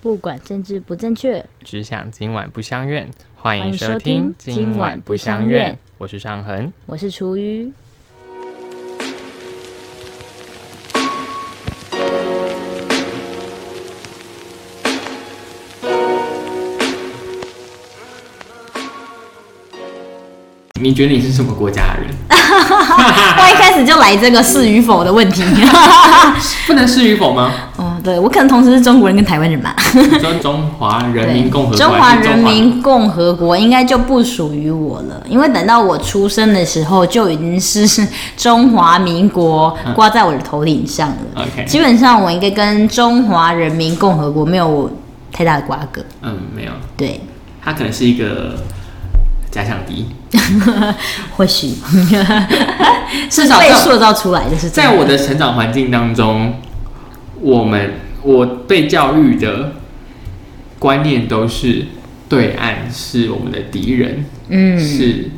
不管政治不正确。只想今晚不相怨，欢迎迎收收听听《今今晚晚不不相相怨怨》，我是尚恒。我是厨余，你觉得你是什么国家的人？ 那一开始就来这个是与否的问题。 不能是与否吗？哦，对我可能同时是中国人跟台湾人吧。你说中华人民共和国，对 中华还是人民共和国应该就不属于我了，因为等到我出生的时候就已经是中华民国嗯挂在我的头顶上了。 OK，基本上我应该跟中华人民共和国没有太大的瓜葛。嗯，没有，对，他可能是一个假想敌。或许至是 少被在塑造出来的，是这样在我的成长环境当中，我们我被教育的观念都是对岸是我们的敌人，嗯，是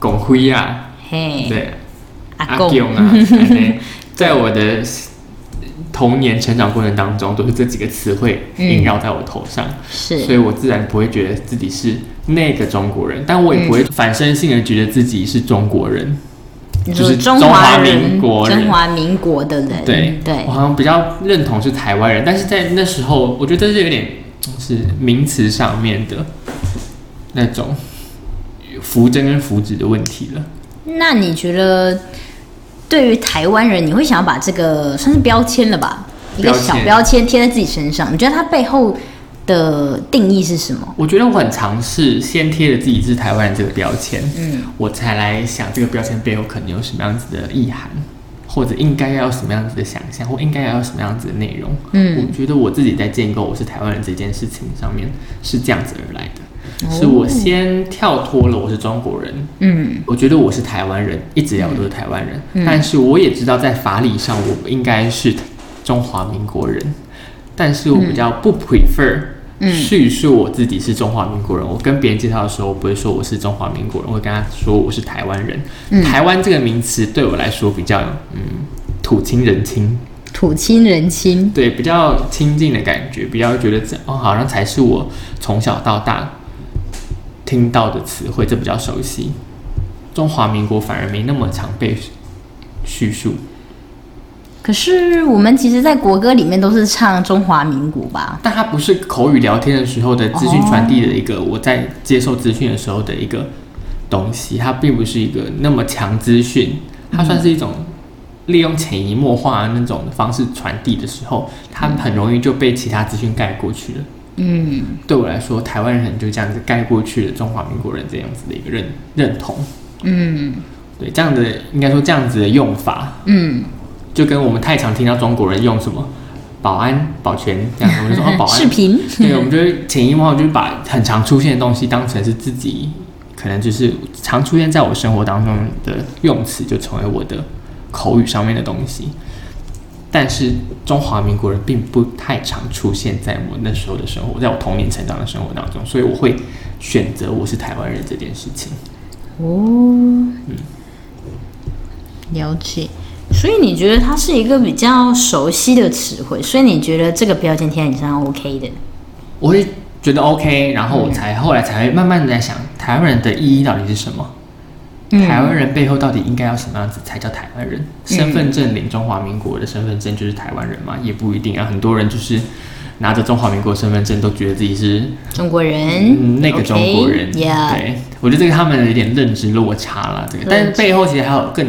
拱辉啊，嘿，对，阿阿公公啊，安内在我的童年成长过程当中，都是这几个词汇嗯萦绕在我头上，所是以我自然不会觉得自己是那个中国人，但我也不嗯会反身性的觉得自己是中国人。你就说是中中华华人民国人中华民国的人，对嗯对我，好像比较认同是台湾人，但是在那时候，我觉得这是有点是名词上面的那种扶正跟扶植的问题了。那你觉得，对于台湾人，你会想要把这个算是标签了吧？一个标签小标签贴在自己身上，你觉得它背后的定义是什么？我觉得我很尝试先贴了自己是台湾人这个标签，嗯，我才来想这个标签背后可能有什么样子的意涵，或者应该要有什么样子的想象，或应该要有什么样子的内容。嗯我觉得我自己在建构我是台湾人这件事情上面是这样子而来的，哦是我先跳脱了我是中国人，嗯我觉得我是台湾人，一直以来我都是台湾人，但是我也知道在法理上我应该是中华民国人，但是我比较不 prefer 嗯叙述我自己是中华民国人。我跟别人介绍的时候，我不会说我是中华民国人，我会跟他说我是台湾人。嗯台湾这个名词对我来说比较嗯土亲人亲，土亲人亲，对，比较亲近的感觉，比较觉得这哦好像才是我从小到大听到的词汇，这比较熟悉。中华民国反而没那么常被叙述，可是我们其实，在国歌里面都是唱中华民国吧？但它不是口语聊天的时候的资讯传递的一个，我在接受资讯的时候的一个东西，它并不是一个那么强资讯，它算是一种利用潜移默化的那种方式传递的时候，它很容易就被其他资讯盖过去了。嗯，对我来说，台湾人就这样子盖过去了中华民国人这样子的一个认认同。嗯对，这样的应该说这样子的用法，嗯，就跟我们太常听到中国人用什么保安、保全这样，我们就说、哦、保嗯 视安。频，对，我们就会潜移默化，就是把很常出现的东西当成是自己可能就是常出现在我生活当中的用词，就成为我的口语上面的东西。但是中华民国人并不太常出现在我那时候的生活，在我童年成长的生活当中，所以我会选择我是台湾人这件事情。哦，了解。所以你觉得它是一个比较熟悉的词汇，所以你觉得这个标签贴在你身上 OK 的？我会觉得 OK，然后我才、后来才会慢慢的在想，台湾人的意义到底是什么？嗯台湾人背后到底应该要什么样子才叫台湾人？身份证领中华民国的身份证就是台湾人吗？也不一定啊，很多人就是拿着中华民国身份证都觉得自己是中国人，嗯那个中国人。 o k yeah，对，我觉得这个他们有点认知落差了，这个，但是认知背后其实还有更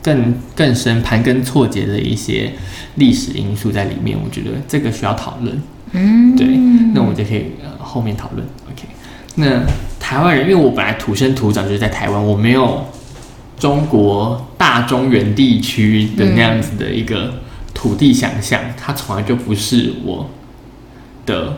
更更深盘根错节的一些历史因素在里面，我觉得这个需要讨论。嗯，对，那我们就可以、呃、后面讨论。OK，那台湾人，因为我本来土生土长就是在台湾，我没有中国大中原地区的那样子的一个土地想象，它从来就不是我的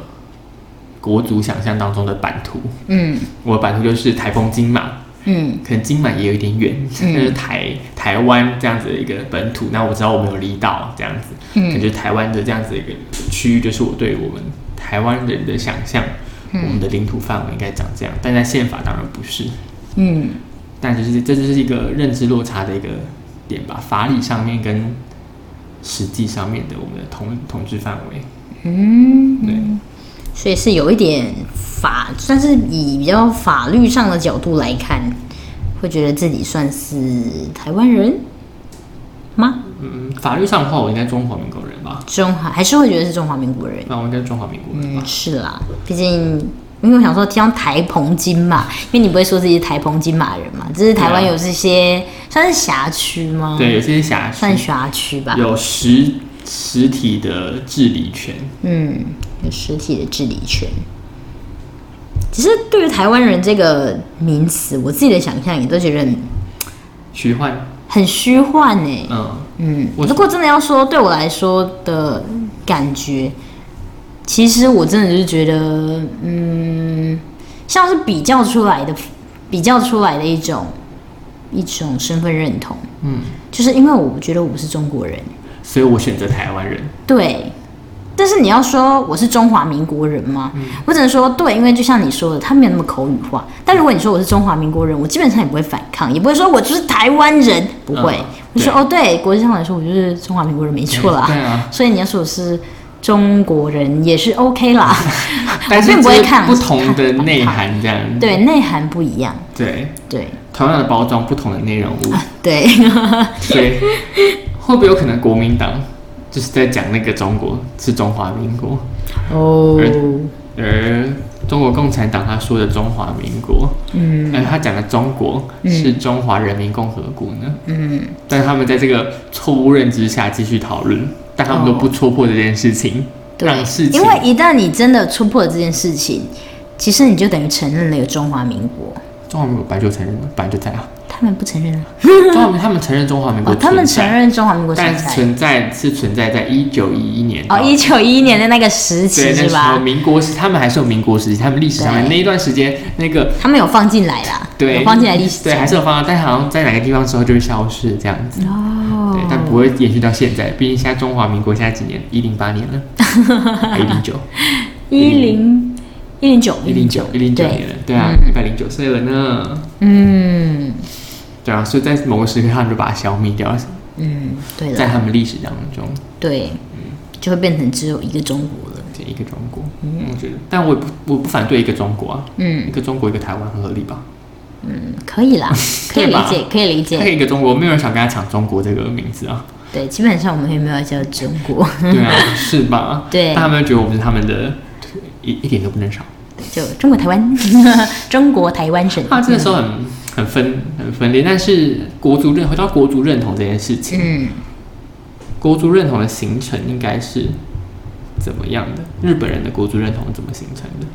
国族想象当中的版图。嗯我的版图就是台风金马，嗯可能金马也有一点远，就嗯是台台湾这样子的一个本土。那我知道我们有离岛这样子，嗯感觉台湾的这样子的一个区域，就是我对我们台湾人的想象，我们的领土范围应该长这样。但在宪法当然不是，嗯，但就是这就是一个认知落差的一个点吧，法理上面跟实际上面的我们的统统治范围。嗯，对，所以是有一点法，算是以比较法律上的角度来看，会觉得自己算是台湾人吗？嗯，法律上的话，我应该中华民国人吧？中华还是会觉得是中华民国人。那我应该中华民国人吧嗯，？是啦，毕竟因为我想说，像台澎金马，因为你不会说自己是台澎金马人嘛，只是台湾对啊有这些、算是辖区吗？对，，有些辖区算辖区嗯吧。有实实体的治理权，嗯，有实体的治理权。其实对于台湾人这个名词，我自己的想象也都觉得很徐焕，很虚幻呢、嗯，嗯，我如果真的要说对我来说的感觉，其实我真的就是觉得，嗯，像是比较出来的，比较出来的一种一种身份认同。嗯，就是因为我觉得我是中国人，所以我选择台湾人。对。但是你要说我是中华民国人吗？嗯我只能说对，因为就像你说的，他没有那么口语化。但如果你说我是中华民国人，我基本上也不会反抗，也不会说我就是台湾人，不会。嗯我就说哦，对，国际上来说我就是中华民国人没错啦。对啊，所以你要说我是中国人也是 OK 啦， 但是并不这会是看不同的内涵，这样对内涵不一样，对，对同样的包装，不同的内 容物， 对，所以会不会有可能国民党就是在讲那个中国是中华民国，哦而中国共产党他说的中华民国，嗯而他讲的中国是中华人民共和国呢？嗯，但他们在这个错误认知下继续讨论，但他们都不戳破这件事情，哦对让事，情因为一旦你真的突破了这件事情，其实你就等于承认了有中华民国，中华民国本来就承认了，本来就在啊，他们不承认啊，中华民他们承认中华民国哦，他们存承在认中华民国存但在。存在是存在在一九一一年哦，一九一一年的那个时期对那是时候吧？民国时，他们还是有民国时期，他们历史上面对那一段时间那个他们有放进来啦，对有放进来历史对中还是有放到，但好像在哪个地方之后就会消失这样子，对，但哦，不会延续到现在，毕竟现在中华民国现在几年？一零八 年了，一零九，一零一零九一零九，一零九对，年了，对啊，一百零九岁了呢，嗯对啊，所以在某个时刻他们就把它消灭掉，嗯，对了在，他们历史当中，对，就会变成只有一个中国了。这一个中国，嗯我觉得，但我也不我不反对一个中国啊，嗯一个中国一个台湾很合理吧？嗯，可以啦，可以 对理吧解，可以理他可解。以一个中国，没有人想跟他抢中国这个名字啊，对，基本上我们也没有叫中国， 对啊，是吧？对但他们觉得我们是他们的，一一点都不能少。就中国台湾， 中国台湾省。他这个时候很很分很分裂，但是国族认回到国族认同这件事情，嗯，国族认同的形成应该是怎么样的？日本人的国族认同是怎么形成的？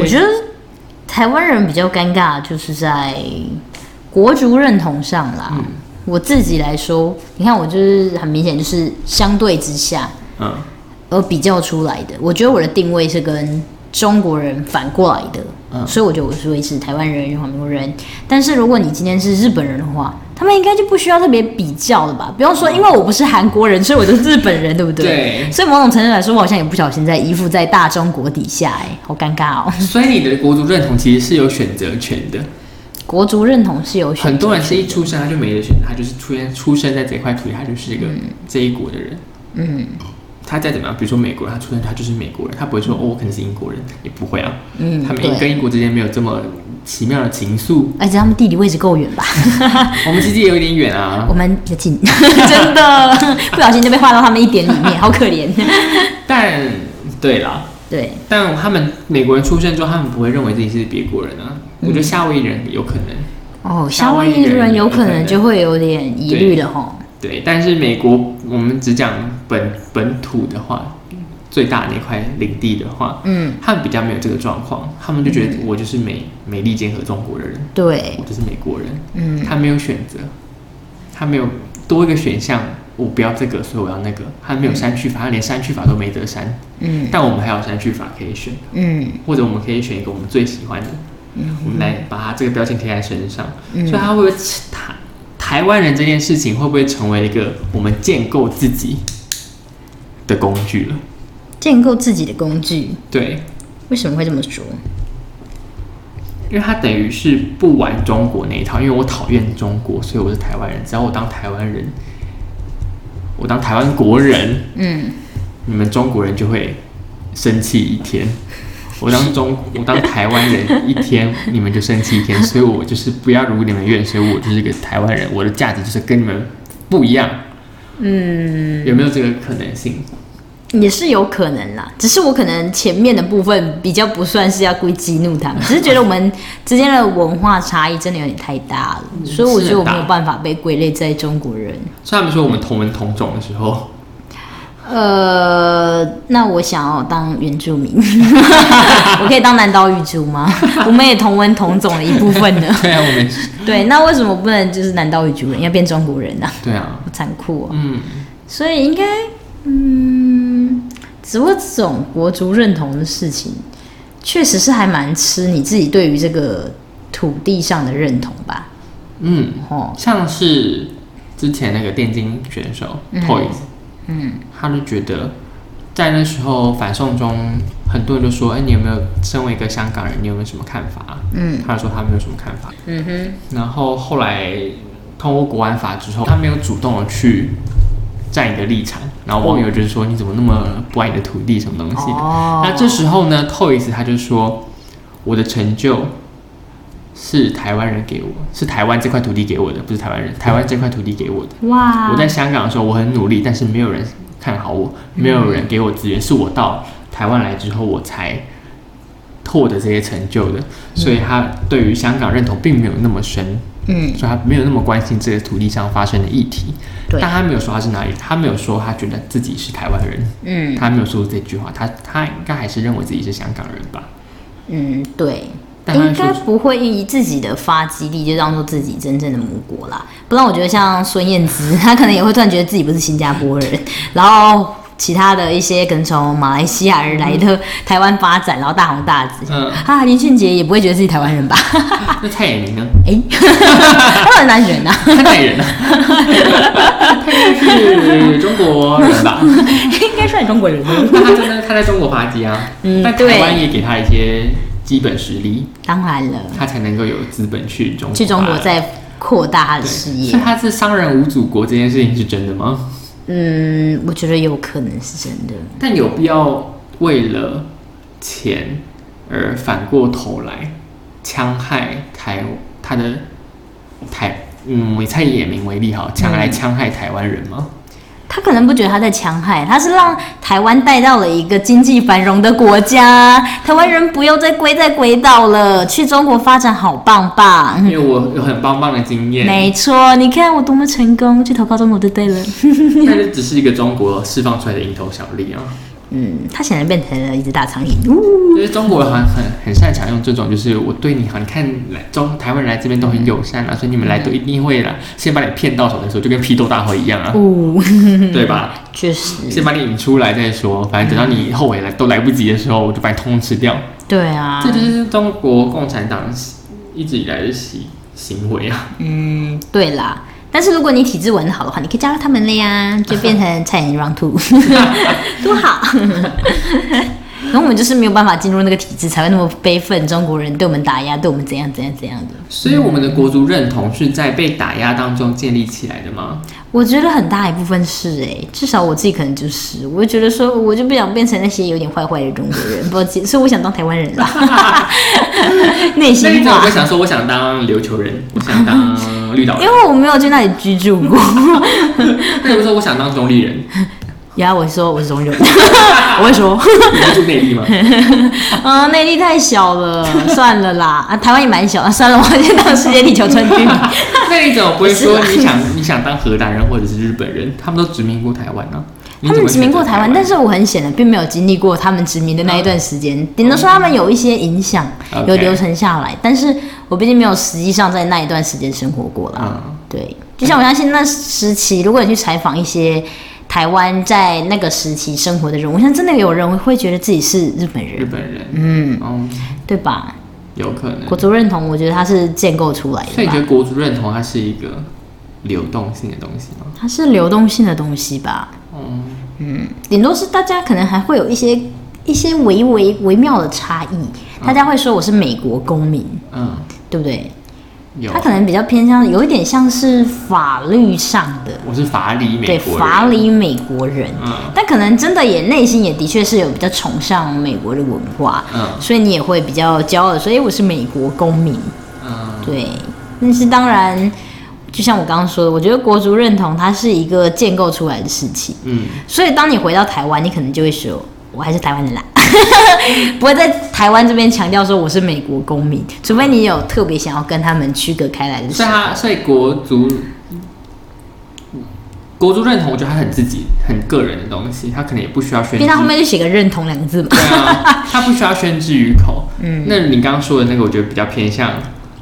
我觉得台湾人比较尴尬，就是在国族认同上啦。我自己来说，你看我就是很明显就是相对之下嗯，而比较出来的，我觉得我的定位是跟中国人反过来的，嗯所以我觉得我是维持台湾人、中华民国人。但是如果你今天是日本人的话，他们应该就不需要特别比较了吧？不用说，因为我不是韩国人，所以我就是日本人，对不对？对所以某种程度来说，我好像也不小心在依附在大中国底下、哎，好尴尬哦。所以你的国族认同其实是有选择权的。国族认同是有选择很多人是一出生他就没得选，他就是出生出生在这块土地，他就是一个这一国的人。嗯，他再怎么样，比如说美国人，他出生他就是美国人，他不会说哦，我可能是英国人，也不会啊。嗯他们对跟英国之间没有这么奇妙的情愫。 而且他们地理位置够远吧？我们其实也有点远啊我，们也 近，真的 不小心就被划到他们一点里面，好可怜。 但对啦，对，但他们美国人出生之后，他们不会认为自己是别国人啊。嗯我觉得夏威夷人有可能，哦，夏夏威威夷夷人人有有可可能能就会有点疑虑了吼。对，但是美国我们只讲本本土的话，最大那块领地的话，嗯，他们比较没有这个状况，他们就觉得我就是美美利坚合众国的人，对我，就是美国人，嗯，他没有选择，他没有多一个选项，我不要这个，所以我要那个，他没有删去法，他连删去法都没得删，嗯但我们还有删去法可以选。嗯或者我们可以选一个我们最喜欢的，我们来把它这个标签贴在身上。嗯所以它会不会台台湾人这件事情会不会成为一个我们建构自己的工具了？建构自己的工具，对，为什么会这么说？因为它等于是不玩中国那一套，因为我讨厌中国，所以我是台湾人。只要我当台湾人，我当台湾国人，嗯，你们中国人就会生气一天。我当中， 我当台湾人一天，你们就生气一天，所以我就是不要如你们愿，所以我就是一个台湾人，我的价值就是跟你们不一样。嗯，有没有这个可能性？也是有可能啦，只是我可能前面的部分比较不算是要故意激怒他 们，只是觉得我们之间的文化差异真的有点太大了，嗯所以我觉得我没有办法被归类在中国人。所以他们说我们同文同种的时候，呃，那我想要当原住民， 我可以当南岛语族吗？ 我们也同文同种的一部分呢。对啊，我们对，那为什么不能就是南岛语族人要变中国人呢、啊？对啊，好残酷哦、嗯，所以应该，嗯，只不过这种国族认同的事情，确实是还蛮吃你自己对于这个土地上的认同吧。嗯，哦，像是之前那个电竞选手 Toys，嗯，他就觉得在那时候反送中，很多人就说：“哎、你有没有身为一个香港人，你有没有什么看法？”嗯，他就说他没有什么看法。嗯哼，然后后来通过国安法之后，他没有主动的去站一个立场，然后网友就是说：“你怎么那么不爱你的土地，什么东西的？”哦，那这时候呢，Toys 他就说，我的成就是台湾人给我，是台湾这块土地给我的，不是台湾人，台湾这块土地给我的。哇，我在香港的时候，我很努力，但是没有人看好我，没有人给我资源，是我到台湾来之后，我才获得这些成就的。所以他对于香港认同并没有那么深，嗯所以他没有那么关心这个土地上发生的议题。对但他没有说他是哪里，他没有说他觉得自己是台湾人。嗯他没有说出这句话，他他应该还是认为自己是香港人吧？嗯，对。但他应说该不会以自己的发基地就当做自己真正的母国啦，不然我觉得像孙燕姿， 她可能也会突然觉得自己不是新加坡人，然后其他的一些可能从马来西亚而来的台湾发展，然后大红大紫。 嗯啊，林俊杰也不会觉得自己台湾人吧？那蔡衍明呢？哎、 他很难选呐、啊他哪里人呢？他应该是中国 人吧？ 应该算中国人。啊那他真的他在中国发迹啊，嗯但台湾也给他一些基本实力，当然了，他才能够有资本去中国去中发国展再扩大他的对事所业以，他是商人无祖国这件事情是真的吗？嗯，我觉得有可能是真的。但有必要为了钱而反过头来枪害台他的台嗯，以蔡衍明为例哈，强来枪害台湾人吗？他可能不觉得他在强害，他是让台湾带到了一个经济繁荣的国家，台湾人不要再归在鬼岛了，去中国发展好棒棒。因为我有很棒棒的经验，没错，你看我多么成功，去投靠中国就对了。 但是只是一个中国释放出来的蝇头小利啊。嗯，他显然变成了一只大苍蝇。呜就是中国人很很很擅长用这种，就是我对你好，你看来中台湾人来这边都很友善啊，所以你们来都一定会啦，先把你骗到手的时候，就跟批斗大会一样啊，呜，对吧？确实，先把你引出来再说，反正等到你后悔来都来不及的时候，我就把你通通吃掉。对啊这，就是中国共产党一直以来的行行为啊。嗯，对啦。但是如果你体质玩的好的话，你可以加入他们了呀，就变成蔡妍 round two，多好。 然后我们就是没有办法进入那个体制，才会那么悲愤中国人对我们打压，对我们怎样怎样怎样的。所以我们的国族认同是在被打压当中建立起来的吗？我觉得很大一部分是哎、至少我自己可能就是，我就觉得说，我就不想变成那些有点坏坏的中国人，不知道，所以我想当台湾人啦，内那一心种话我，想说，我想当琉球人，我想当绿岛因 人，为我没有去那里居住过。那有人说我想当中立人，然后我说我是中人，我会说，你们住内 地吗？嗯，内地太小 了，算了啦，啊，台湾也蛮小，啊、 算了，我先当世界地球村 居民。那你怎么不会说啊你想你想当荷兰人或者是日本人？他们都殖民过台湾呢、你他怎们么会殖民过选择台湾，但是我很显然并没有经历过他们殖民的那一段时间，顶多说他们有一些影响啊 OK 有留存下来，但是我毕竟没有实际上在那一段时间生活过啦。嗯对，就像我相信那时期，如果你去采访一些台湾在那个时期生活的人，我相信真的有人会觉得自己是日本日人，本人，嗯，嗯，对吧？有可能国。族认同，我觉得它是建构出来所的以你吧觉，得国族认同它是一个流动性的东西吗？它是流动性的东西吧。嗯，顶多是大家可能还会有一些一些微微微妙的差异，大家会说我是美国公民，嗯，对不对？有它，可能比较偏向有一点像是法律上的，我是法理美对国人，法理美国人，嗯但可能真的也内心也的确是有比较崇尚美国的文化，嗯所以你也会比较骄傲地说，哎，我是美国公民，嗯，对，但是当然，就像我刚刚说的，我觉得国族认同它是一个建构出来的事情，嗯，所以当你回到台湾，你可能就会说，我还是台湾人啦， 不会在台湾这边强调说我是美国公民，除非你有特别想要跟他们区隔开来的事所以。他所以国足国足认同，我觉得他很自己很个人的东西，他可能也不需要宣因为他后之。面就写个认同两个字嘛。对啊，他不需要宣之于口。嗯，那你刚刚说的那个，我觉得比较偏向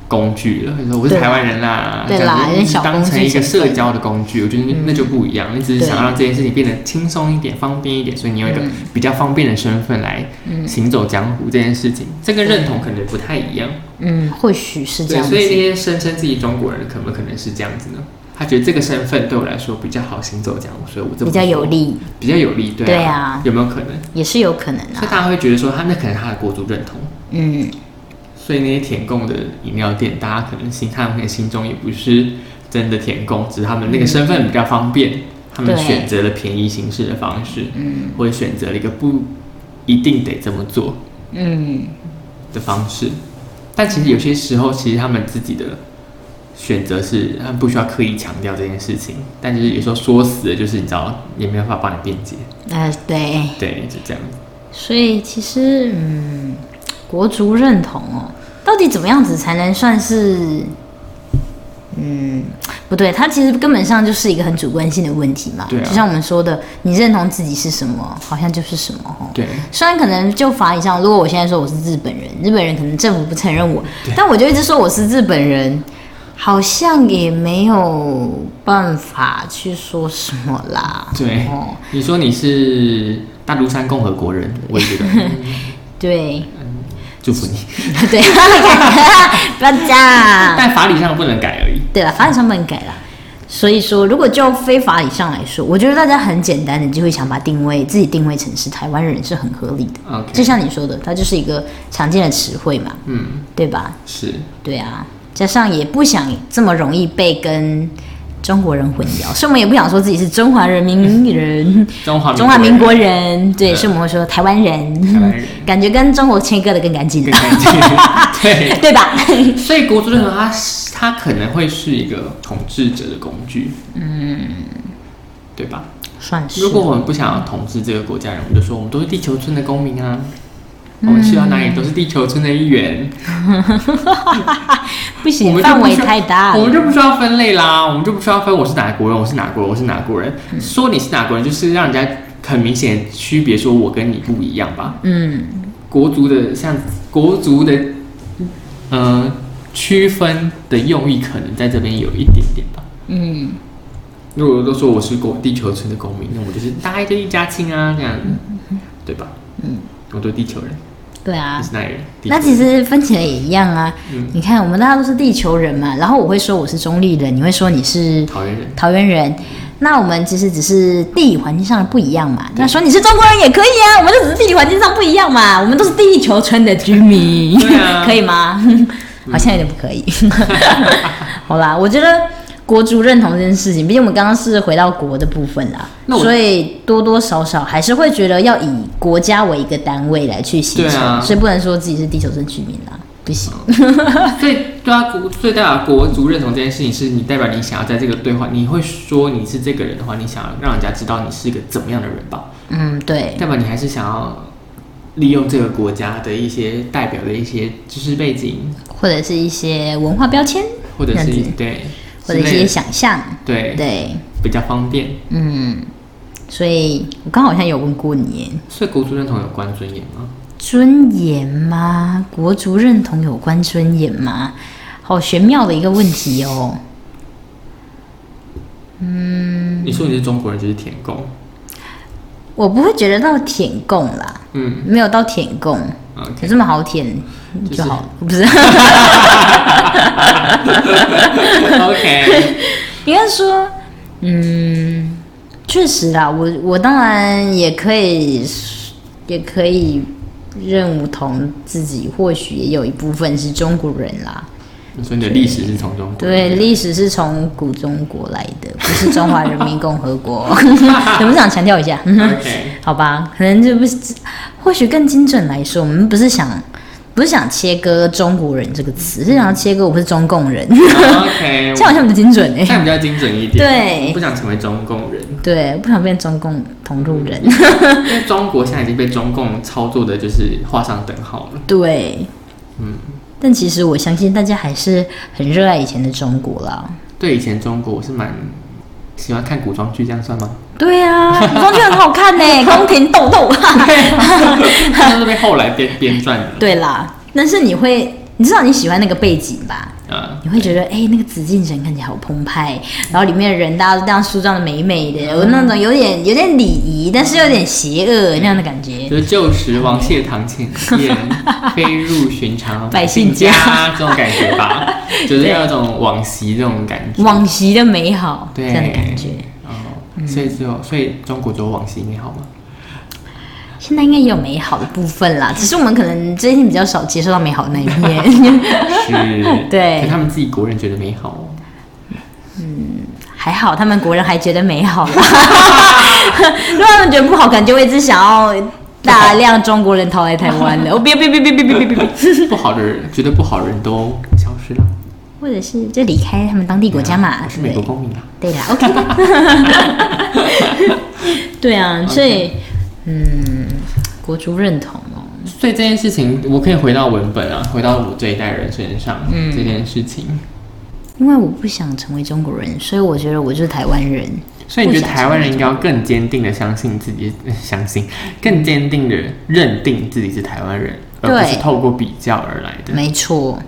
工具了。你说我是对啦台湾人啦，对这样啦子有点小当成工具一个成分社交的工具，我觉得那那就不一样。你只是对嗯想让这件事情变得轻松一点、方便一点，所以你用一个比较方便的身份来行走江湖这件事情，这跟认同可能不太一样。嗯，或许是这对，样子所以。那些声称自己中国人，可不可能是这样子呢？他觉得这个身份对我来说比较好行走江湖，所以我这么比较有说，利，比较有利，对对啊有没有可能？也是有可能所以啊。大家会觉得说，他那可能是他的国族认同，嗯，所以那些舔共的饮料店，大家可能心他们可能心中也不是真的舔共，只是他们那个身份比较方便，他们对选择了便宜行事的方式，嗯，或者选择了一个不一定得这么做，嗯，的方式。但其实有些时候，其实他们自己的选择是，他们不需要刻意强调这件事情，但就是有时候说死了，就是你知道，也没办法帮你辩解，呃，对，对，就这样子。所以其实，嗯，国族认同哦，到底怎么样子才能算是？嗯，不对，它其实根本上就是一个很主观性的问题嘛。对啊就像我们说的，你认同自己是什么，好像就是什么哦。对，虽然可能就法理上，如果我现在说我是日本人，日本人可能政府不承认我，但我就一直说我是日本人，好像也没有办法去说什么啦。对哦，你说你是大陆山共和国人，我也觉得、 嗯对祝福你， 对，不要这样。但法理上不能改而已。对啊了，法理上不能改了。所以说，如果就非法理上来说，我觉得大家很简单的就会想把定位自己定位成是台湾人是很合理的。就 OK，像你说的，它就是一个常见的词汇嘛，嗯，对吧？是，对啊，加上也不想这么容易被跟中国人混淆，所以我们也不想说自己是中华人民 人、中华中华民国人人，对，对所以我们会说台湾台人，湾人感觉跟中国切割的更干净更了，干净 对。 对吧？所以国足认同它是，它可能会是一个统治者的工具，嗯，对吧？算是如果我们不想要统治这个国家人，我们就说我们都是地球村的公民啊，我们去到哪嗯里都是地球村的一员，不我行，们就范不围需要太大我了。们就不需要分类啦，我们就不需要分我是哪国人，我是哪国人，我是哪国人。嗯说你是哪国人，就是让人家很明显区别，说我跟你不一样吧。嗯，国足的像国足的，呃，区分的用意可能在这边有一点点吧。嗯，如果都说我是国地球村的公民，那我就是大家就一家亲啊，这样子，对吧？嗯，我都地球人，对啊你。是哪里人？地球那人其实分起来也一样啊。嗯你看，我们大家都是地球人嘛，然后我会说我是中立人，你会说你是桃园人，桃园人。那我们其实只是地理环境上的不一样嘛。那说你是中国人也可以啊，我们就只是地理环境上不一样嘛，我们都是地球村的居民，对啊 可以吗？好像有点不可以。 好啦，我觉得国族认同这件事情，毕竟我们刚刚是回到国的部分啦，那我所以多多少少还是会觉得要以国家为一个单位来去形对成，啊嗯所以不能说自己是地球村居民啦，不行。所以对啊，国所以代表国族认同这件事情，是你代表你想要在这个对话，你会说你是这个人的话，你想要让人家知道你是一个怎么样的人吧？嗯，对，代表你还是想要利用这个国家的一些代表的一些知识背景，或者是一些文化标签，或者是这样子对，或者一之类些的想象，对对，比较方便。嗯，所以我刚好像有问过你耶，所以国族认同有关尊严吗？尊严吗？国族认同有关尊严吗？好玄妙的一个问题哦。嗯你说你是中国人就是舔狗，我不会觉得到舔共啦， 嗯没有到舔共， ，OK，有这么好舔就是就好，不是？ OK，应该说，嗯，确实啦，我我当然也可以，也可以认同自己，或许也有一部分是中国人啦。所以你的历史是从中国对，历史是从古中国来的， 不是中华人民共和 国。我们想强调一下， ，OK， 好吧？可能就不是，或许更精准来说，我们不是想不是想切割中国人这个词，是想要切割我们是中共人， OK，这样好像比较精准哎、这样比较精准一 点。对不想成为中共人，对，不想变中共同路人。因为中国现在已经被中共操作的，就是画上等号了。对，嗯。但其实我相信大家还是很热爱以前的中国啦。对以前中国，我是蛮喜欢看古装剧，这样算吗？对呀、啊，古装剧很好看呢、 宫廷斗斗。这都是被后来编编撰的。对啦，但是你会，你知道你喜欢那个背景吧？啊，你会觉得，哎、那个紫禁城看起来好澎湃，然后里面的人大家都这样梳妆的美美的，有那种有点有点礼仪，但是有点邪恶那样的感觉。就是旧时王谢堂前燕，飞入寻常百姓家家这种感觉 吧，就是要有一种往昔这种感觉。往昔的美好，这对样的感觉，哦，所以只有所以中国只有往昔美 好吗？现在应该也有美好的部分啦，只是我们可能最近比较少接受到美好的那一面，是，对可他们自己国人觉得美好哦。还好他们国人还觉得美好啦，如果他们觉得不好，可能就会一直想要大量中国人逃来台湾了。我别别别别别别别别别，不好的人，觉得不好的人都消失了。或者是就离开他们当地国家嘛，我是对美不国对？公民啊。对啦，OK 的。对啊，所以嗯，国族认同哦，所以这件事情，我可以回到文本啊，回到我这一代人身上。嗯，这件事情，因为我不想成为中国人，所以我觉得我就是台湾人。所以你觉得不想台湾人应该要更坚定的相信自己，呃相信更坚定的认定自己是台湾人，而不对是透过比较而来的。没错，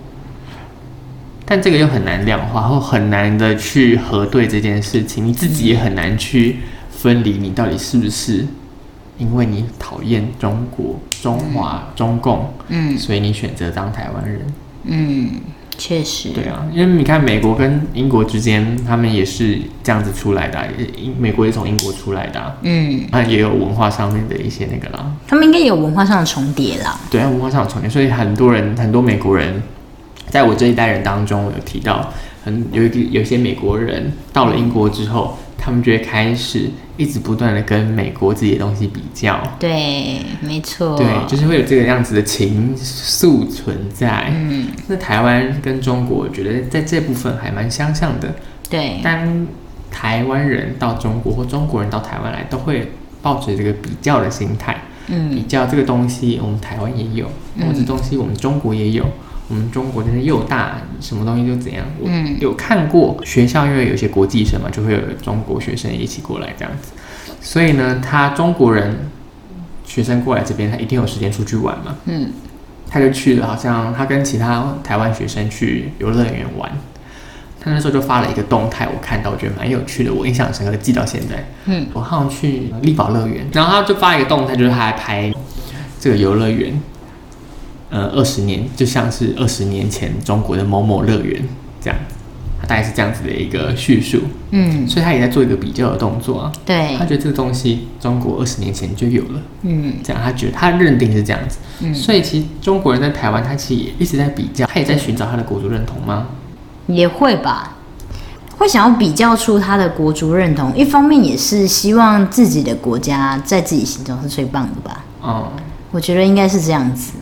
但这个又很难量化，或很难的去核对这件事情，你自己也很难去分离你到底是不是因为你讨厌中国、中华、中共，嗯所以你选择当台湾人。嗯，确实，对啊，因为你看美国跟英国之间，他们也是这样子出来的、啊，也英美国也从英国出来的、啊，嗯，那也有文化上面的一些那个啦。他们应该也有文化上的重叠啦。对啊，文化上有重叠，所以很多人，很多美国人，在我这一代人当中，我有提到，很有一个有一些美国人到了英国之后，他们就会开始一直不断的跟美国自己的东西比较，对，没错，对，就是会有这个样子的情愫存在。嗯，那台湾跟中国，我觉得在这部分还蛮相像的。对，当台湾人到中国或中国人到台湾来，都会抱着这个比较的心态。嗯，比较这个东西，我们台湾也有，嗯或者东西我们中国也有。我们中国真的又大，什么东西就怎样。我嗯有看过学校，因为有些国际生嘛，就会有中国学生一起过来这样子。所以呢，他中国人学生过来这边，他一定有时间出去玩嘛。嗯，他就去了，好像他跟其他台湾学生去游乐园玩。他那时候就发了一个动态，我看到我觉得蛮有趣的，我印象深刻，记到现在。嗯，我好像去力宝乐园，然后他就发一个动态，就是他还拍这个游乐园，呃，二十年就像是二十年前中国的某某乐园这样子，他大概是这样子的一个叙述，嗯，所以他也在做一个比较的动作啊。对他，觉得这个东西中国二十年前就有了，嗯，这样他觉得他认定是这样子，嗯所以其实中国人在台湾，他其实也一直在比较，他也在寻找他的国族认同吗？也会吧，会想要比较出他的国族认同，一方面也是希望自己的国家在自己心中是最棒的吧，哦、我觉得应该是这样子，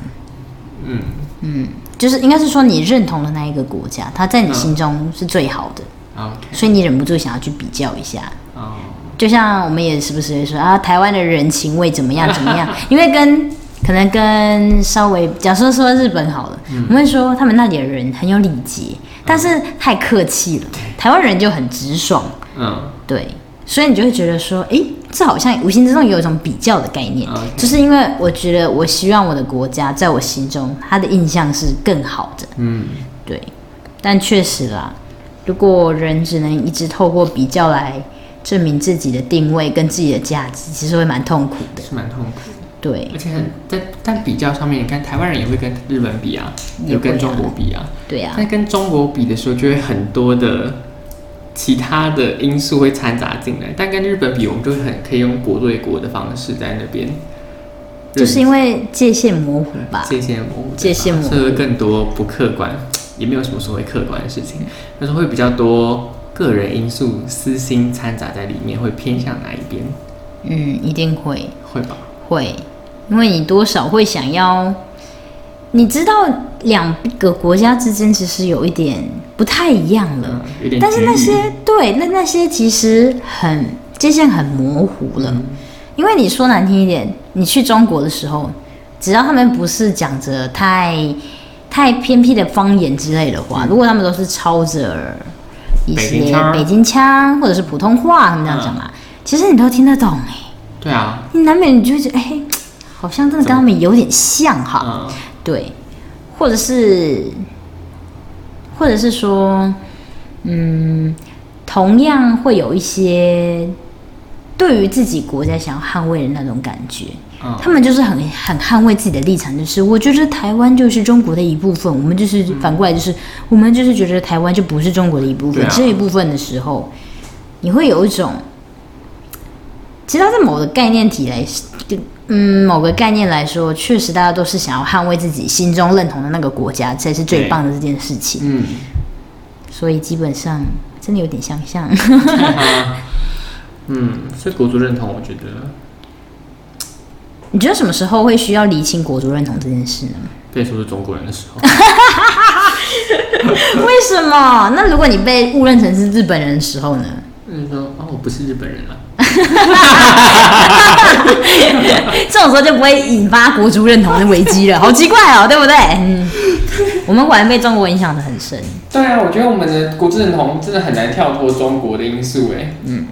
嗯，就是应该是说你认同的那一个国家，他在你嗯心中是最好的， ，OK，所以你忍不住想要去比较一下，哦，就像我们也时不时会说啊，台湾的人情味怎么样怎么样，因为跟可能跟稍微，假设说日本好了，我们会说他们那里的人很有礼节，但是太客气了，台湾人就很直爽，嗯，对，所以你就会觉得说，诶，这好像无形之中有一种比较的概念 OK 就是因为我觉得我希望我的国家在我心中它的印象是更好的，嗯，对，但确实啦，如果人只能一直透过比较来证明自己的定位跟自己的价值，其实会蛮痛苦的。是蛮痛苦的。对而且很在但比较上面，你看台湾人也会跟日本比啊，也有跟会啊中国比啊。对啊，但跟中国比的时候，就会很多的其他的因素会掺杂进来。但跟日本比，我们就会很可以用国对国的方式在那边，就是因为界限模糊吧。界限模糊的地方，界限模糊所以会更多不客观，也没有什么所谓客观的事情，但是会比较多个人因素、私心掺杂在里面，会偏向哪一边？嗯，一定会会吧？会，因为你多少会想要，你知道两个国家之间其实有一点不太一样了，嗯，有点。但是那些对，那那些其实很界限很模糊了，嗯因为你说难听一点，你去中国的时候，只要他们不是讲着太太偏僻的方言之类的话，如果他们都是抄着一嗯北些京腔儿啊北京腔或者是普通话，他们这样讲嘛，啊其实你都听得懂哎、对啊，你难免你就会觉得哎、好像真的跟他们有点像哈。嗯，对，或者是，或者是说，嗯，同样会有一些对于自己国家想要捍卫的那种感觉。嗯他们就是很很捍卫自己的立场，就是我觉得台湾就是中国的一部分，我们就是反过来就是、我们就是觉得台湾就不是中国的一部分。对啊这一部分的时候，你会有一种，其实它在某个概念体来，嗯，某个概念来说，确实大家都是想要捍卫自己心中认同的那个国家，这才是最对棒的这件事情。嗯，所以基本上真的有点相像， 嗯，所以国族认同，我觉得你觉得什么时候会需要厘清国族认同这件事呢？被说是中国人的时 候，为什么？那如果你被误认成是日本人的时候呢？ 就是说啊，我不是日本人啊，这种时候就不会引发国族认同的危机了，好奇怪哦，对不对？嗯，我们果然被中国影响的很深。对啊，我觉得我们的国字认同真的很难跳脱中国的因素哎。嗯，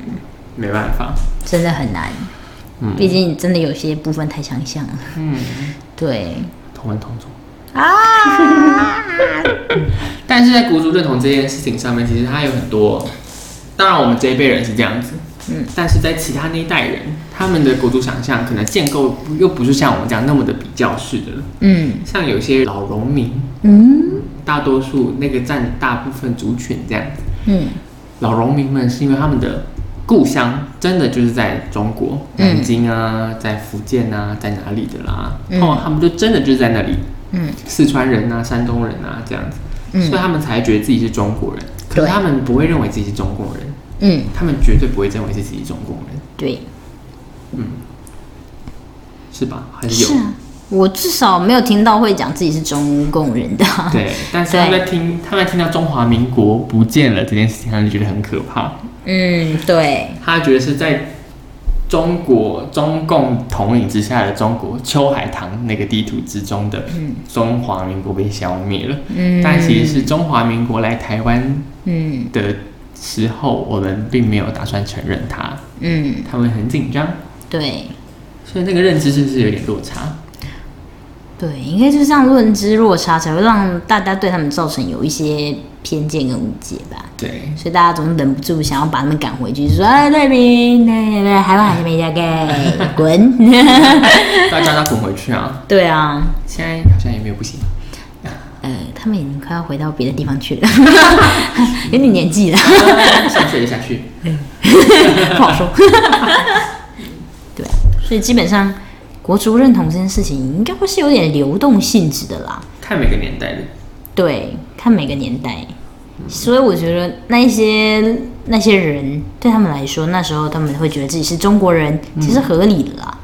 没办法。真的很难，嗯毕竟真的有些部分太相像了。嗯，对同文同种。啊， 但是在国族认同这件事情上面，其实它有很多。当然，我们这一辈人是这样子，嗯，但是在其他那一代人，他们的国族想象可能建构不又不是像我们这样那么的比较式的。嗯像有些老农民，嗯大多数那个占大部分族群这样子。嗯老农民们是因为他们的故乡真的就是在中国嗯南京啊，在福建啊，在哪里的啦，嗯哦，他们就真的就是在那里，嗯四川人啊，山东人啊这样子，所嗯以他们才觉得自己是中国人。可对是他们不会认为自己是中国人，嗯，他们绝对不会认为自己是中国人，对，是吧？还是有是啊，我至少没有听到会讲自己是中共人的啊、对，但是对他们在听，他们听到中华民国不见了这件事情，他们就觉得很可怕。嗯，对，他觉得是在中国中共统领之下的中国秋海棠那个地图之中的中华民国被消灭了，嗯，但其实是中华民国来台湾嗯的时候，我们并没有打算承认它，嗯，他们很紧张，对所以那个认知是不是有点落差？对，应该就是这样认知落差，才会让大家对他们造成有一些偏见跟误解吧。对，所以大家总是忍不住想要把他们赶回去，说：“哎，那边那边台湾还是没加盖，滚！”大家要滚回去啊！对啊，现在好像也没有不行，呃，他们已经快要回到别的地方去了，有点年纪了，想水就下去。不好说。对啊，所以基本上国族认同这件事情应该会是有点流动性质的啦。看每个年代的，对，看每个年代。所以我觉得那一些那些人对他们来说，那时候他们会觉得自己是中国人，嗯其实合理的啦。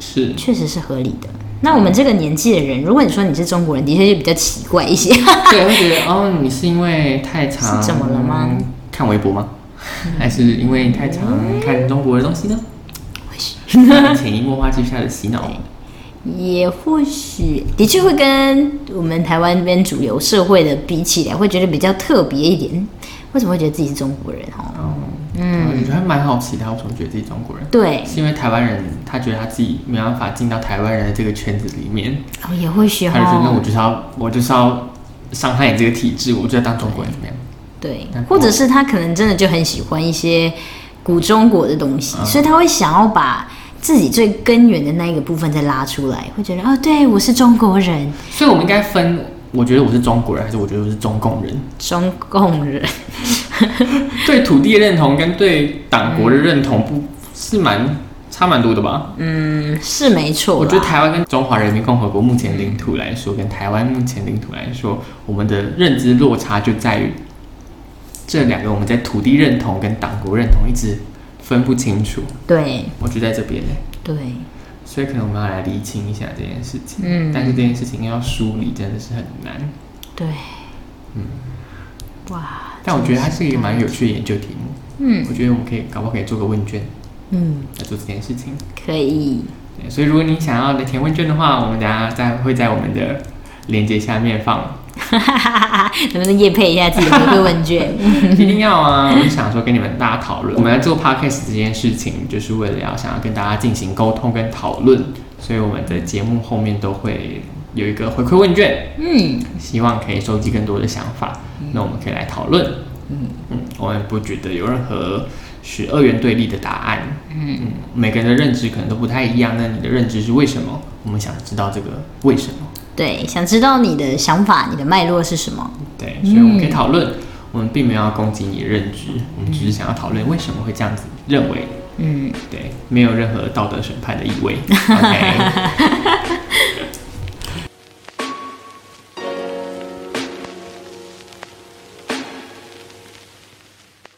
是确实是合理的。那我们这个年纪的人，如果你说你是中国人，的确就比较奇怪一些。对，会觉得哦，你是因为太常是怎么了吗？看微博吗？还是因为你太常看中国的东 西呢？潜移默化之下的洗脑，也或许的确会跟我们台湾这边主流社会的比起来，会觉得比较特别一点。为什么会觉得自己是中国人？哦，哦，嗯，我觉得还蛮好奇的，为什么觉得自己中国人？对，是因为台湾人他觉得他自己没办法进到台湾人的这个圈子里面，哦，也或许他就觉得那我哦，就是要我就是要伤害你这个体制，我就要当中国人怎么样？对那，不或者是他可能真的就很喜欢一些古中国的东西，嗯所以他会想要把自己最根源的那一个部分再拉出来，会觉得哦，对我是中国人，所以我们应该分，我觉得我是中国人，还是我觉得我是中共 人？中共人。对土地认同跟对党国的认同不是蛮差蛮多的吧？嗯，是没错啦。我觉得台湾跟中华人民共和国目前领土来说，跟台湾目前领土来说，我们的认知落差就在于这两个我们在土地认同跟党国认同一直分不清楚。对我就在这边呢，对，所以可能我们要来厘清一下这件事情。嗯但是这件事情要梳理真的是很难。对，哇，但我觉得它是一个蛮有趣的研究题目。嗯我觉得我们可以搞不好可以做个问卷嗯，来做这件事情。可以， 对，所以如果你想要来填问卷的话，我们等下再会在我们的链接下面放，能不能夜配一下自己的回馈问卷？ 一定要啊！我就想说跟你们大家讨论，我们来做 podcast 这件事情，就是为了要想要跟大家进行沟通跟讨论，所以我们的节目后面都会有一个回馈问卷，嗯，希望可以收集更多的想法，那我们可以来讨论。嗯嗯，我们不觉得有任何是二元对立的答案。嗯嗯，每个人的认知可能都不太一样，那你的认知是为什么？我们想知道这个为什么。对，想知道你的想法，你的脉络是什么？对，所以我们可以讨论，我们并没有要攻击你的认知，我们只是想要讨论为什么会这样子认为。嗯， 对，没有任何道德审判的意味。OK，